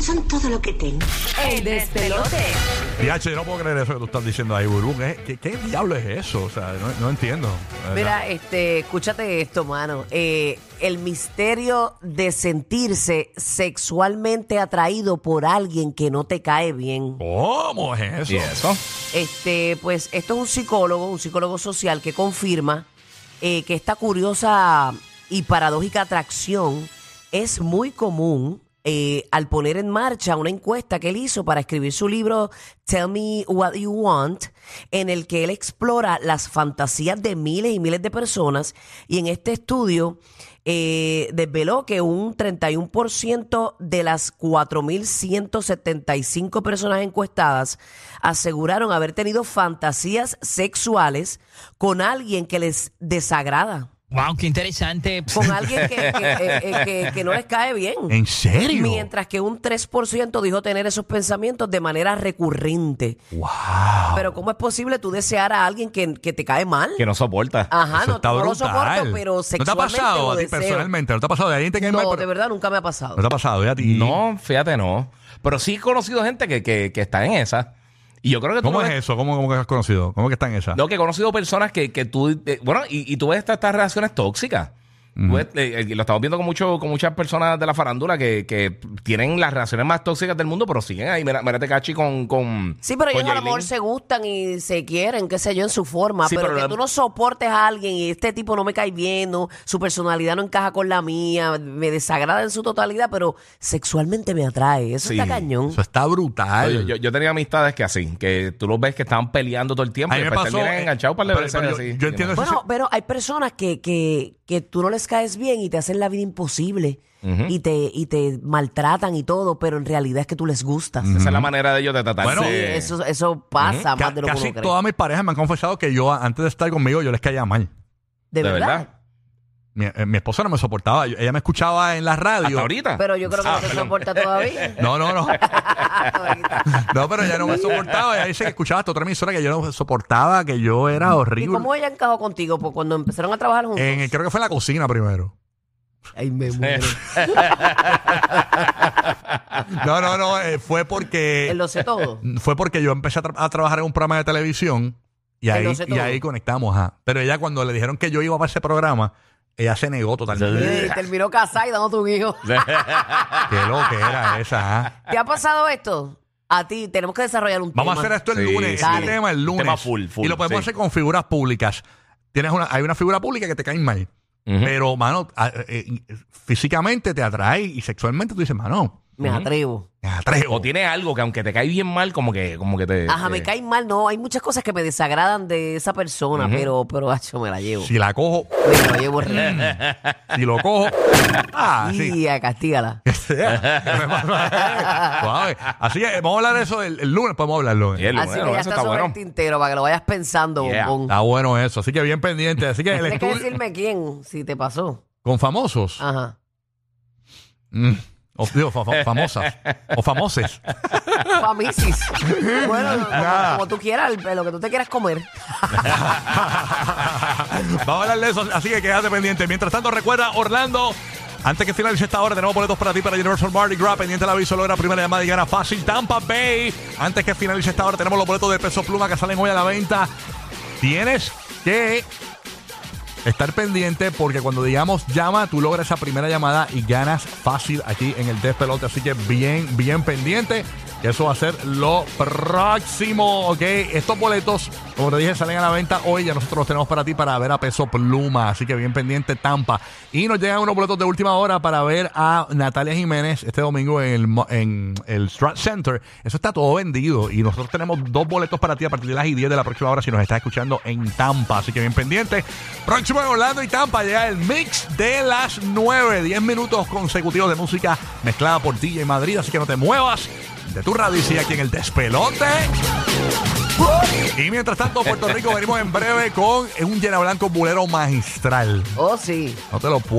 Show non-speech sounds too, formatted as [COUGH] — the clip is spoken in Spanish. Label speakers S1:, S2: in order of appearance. S1: Son todo lo que tengo.
S2: DH, yo no puedo creer eso que tú estás diciendo ahí, Burbu. ¿Qué, qué, qué diablo es eso? O sea, no, no entiendo. De verdad.
S3: Mira, este, escúchate esto, mano. Eh, el misterio de sentirse sexualmente atraído por alguien que no te cae bien.
S2: ¿Cómo es eso?
S4: ¿Y eso?
S3: Este, pues esto es un psicólogo, un psicólogo social que confirma eh, que esta curiosa y paradójica atracción es muy común eh, al poner en marcha una encuesta que él hizo para escribir su libro Tell Me What You Want, en el que él explora las fantasías de miles y miles de personas y en este estudio eh, desveló que un 31% de las 4.175 personas encuestadas aseguraron haber tenido fantasías sexuales con alguien que les desagrada,
S5: Wow, qué interesante.
S3: con alguien que, que- eh, eh, que- que no les cae bien.
S2: ¿En serio?
S3: Mientras que un 3% dijo tener esos pensamientos de manera recurrente.
S2: ¡Wow!
S3: Pero ¿cómo es posible tú desear a alguien que, que te cae mal?
S4: Que no soporta.
S3: Ajá,
S2: Eso
S3: no,
S2: está
S3: no lo
S2: brutal.
S3: soporto, pero
S2: ¿No te ha
S3: sexualmente
S2: pasado
S3: lo
S2: a ti
S3: deseo.
S2: personalmente? ¿No te ha pasado de alguien te cae mal,
S3: No,
S2: pero-
S3: de verdad nunca me ha pasado.
S2: ¿No te ha pasado de a ti?
S4: No, fíjate, no. Pero sí he conocido gente que, que, que está en esa. Y yo creo que tú
S2: ¿Cómo
S4: lo
S2: es
S4: ves-
S2: eso? ¿Cómo, cómo que has conocido? ¿Cómo que está en esa?
S4: Lo que he conocido personas que, que tú. eh, bueno, y, y tú ves estas, estas relaciones tóxicas. Tú ves, eh, eh, lo estamos viendo con, mucho, con muchas personas de la farándula que, que tienen las relaciones más tóxicas del mundo, pero siguen ahí. Mira, mírate, Cachi, con. con
S3: Sí, pero
S4: con
S3: ellos a lo
S4: Yailin.
S3: mejor se gustan y se quieren, qué sé yo, en su forma.
S4: Sí,
S3: pero,
S4: pero
S3: que
S4: la-
S3: tú no soportes a alguien y este tipo no me cae bien, no, su personalidad no encaja con la mía, me desagrada en su totalidad, pero sexualmente me atrae. Eso
S4: Sí,
S3: está cañón.
S2: Eso está brutal.
S4: Yo, yo- yo tenía amistades que así, que tú los ves que estaban peleando todo el tiempo
S2: A
S4: y
S2: mí me
S4: después
S2: pasó,
S4: terminan
S2: eh,
S4: enganchados para
S2: pero-
S4: veces
S2: pero yo-
S4: así.
S2: yo
S4: You know.
S2: entiendo eso.
S3: Bueno, pero hay personas que, que, que tú no les caes bien y te hacen la vida imposible
S2: ¿Mm?
S3: y, te, y te maltratan y todo, pero en realidad es que tú les gustas.
S4: Esa es la manera de ellos de tratarse.
S2: Bueno,
S3: Sí, eso, eso pasa
S2: Mm. Ca-
S3: más de lo que
S2: casi
S3: uno cree.
S2: todas mis parejas me han confesado que yo, a- antes de estar conmigo, yo les caía mal.
S3: De, verdad.
S2: Mi, eh, mi esposa no me soportaba. Yo- ella me escuchaba en la radio.
S4: Hasta ahorita.
S3: Pero yo creo que no te soporta todavía.
S2: [LAUGHS]
S3: [LAUGHS]
S2: No, no, no. No, pero ella no me soportaba. Ella dice que escuchaba hasta otra emisora que yo no soportaba, que yo era
S3: ¿Y
S2: horrible.
S3: cómo ella encajó contigo? Pues cuando empezaron a trabajar juntos.
S2: En el- creo que fue en la cocina primero.
S3: Ay, me muero.
S2: No, no, no. eh, fue porque
S3: [LAUGHS] [LAUGHS] Él lo sé todo.
S2: fue porque yo empecé a, tra- a trabajar en un programa de televisión y
S3: Él
S2: ahí,
S3: lo sé
S2: y
S3: todo.
S2: ahí conectamos. ajá. Pero ella cuando le dijeron que yo iba para ese programa, ella se negó totalmente.
S3: Y terminó casada y dando tu hijo.
S2: Qué lo que era esa. ajá.
S3: ¿Te ha pasado esto? A ti, tenemos que desarrollar un
S2: Vamos a hacer
S3: tema.
S2: esto el
S4: Sí,
S2: lunes.
S4: sí.
S2: Este
S3: Dale.
S2: tema el lunes.
S4: Tema full, full,
S2: y lo podemos
S4: sí.
S2: hacer con figuras públicas. Tienes una, hay una figura pública que te cae mal.
S4: Ujú.
S2: Pero, mano, a- eh, eh, físicamente te atrae y sexualmente tú dices, mano,
S3: Me atrevo.
S2: me atrevo.
S4: O tiene algo que aunque te cae bien mal, como que, como que te. eh,
S3: Ajá,
S4: te-
S3: me cae mal, no. Hay muchas cosas que me desagradan de esa persona, pero, pero, acho, me la llevo.
S2: Si la cojo,
S3: Me la llevo. re-
S2: si lo
S4: [LAUGHS]
S2: cojo. ah, sí.
S3: Y a castígala.
S2: [LAUGHS] Suave. Así es, vamos a hablar de eso el, el lunes, podemos hablarlo.
S4: Sí, el
S3: Así
S4: bueno,
S3: que ya
S4: eh, eso
S3: está
S4: está
S3: sobre
S4: bueno.
S3: el tintero para que lo vayas pensando,
S4: Yeah.
S3: bombón.
S2: Está bueno eso, así que bien pendiente. Así que el
S3: Tienes que Ah.
S2: estudio
S3: decirme quién, si te pasó.
S2: con famosos.
S3: Ajá.
S2: Mm. O, digo, fa- fa- famosas. O famoses.
S3: [LAUGHS] Famisis. bueno, como-
S2: Nada.
S3: como tú quieras, el- lo que tú te quieras comer.
S2: [LAUGHS] Vamos a hablar de eso, así que quédate pendiente. Mientras tanto, recuerda, Orlando, antes que finalice esta hora, tenemos boletos para ti para Universal Mardi Gras. Pendiente el aviso, logra primera llamada y gana fácil. Tampa Bay, antes que finalice esta hora, tenemos los boletos de peso pluma que salen hoy a la venta. Tienes que estar pendiente porque cuando digamos llama, tú logras esa primera llamada y ganas fácil aquí en el despelote. Así que bien, bien pendiente. que Eso va a ser lo próximo, ¿ok? Estos boletos, como te dije, salen a la venta hoy. Ya nosotros los tenemos para ti para ver a Peso Pluma. Así que bien pendiente, Tampa. Y nos llegan unos boletos de última hora para ver a Natalia Jiménez este domingo en el, mo- en el Strat Center. Eso está todo vendido. Y nosotros tenemos dos boletos para ti a partir de las 10 de la próxima hora si nos estás escuchando en Tampa. Así que bien pendiente. Próximo. próximo en Orlando y Tampa llega el mix de las 9. 10 minutos consecutivos de música mezclada por DJ Madrid. Así que no te muevas de tu radio y sigue aquí en el despelote. Y mientras tanto, Puerto Rico venimos en breve con un llena blanco bulero magistral.
S3: Oh, sí.
S2: No te lo puedo.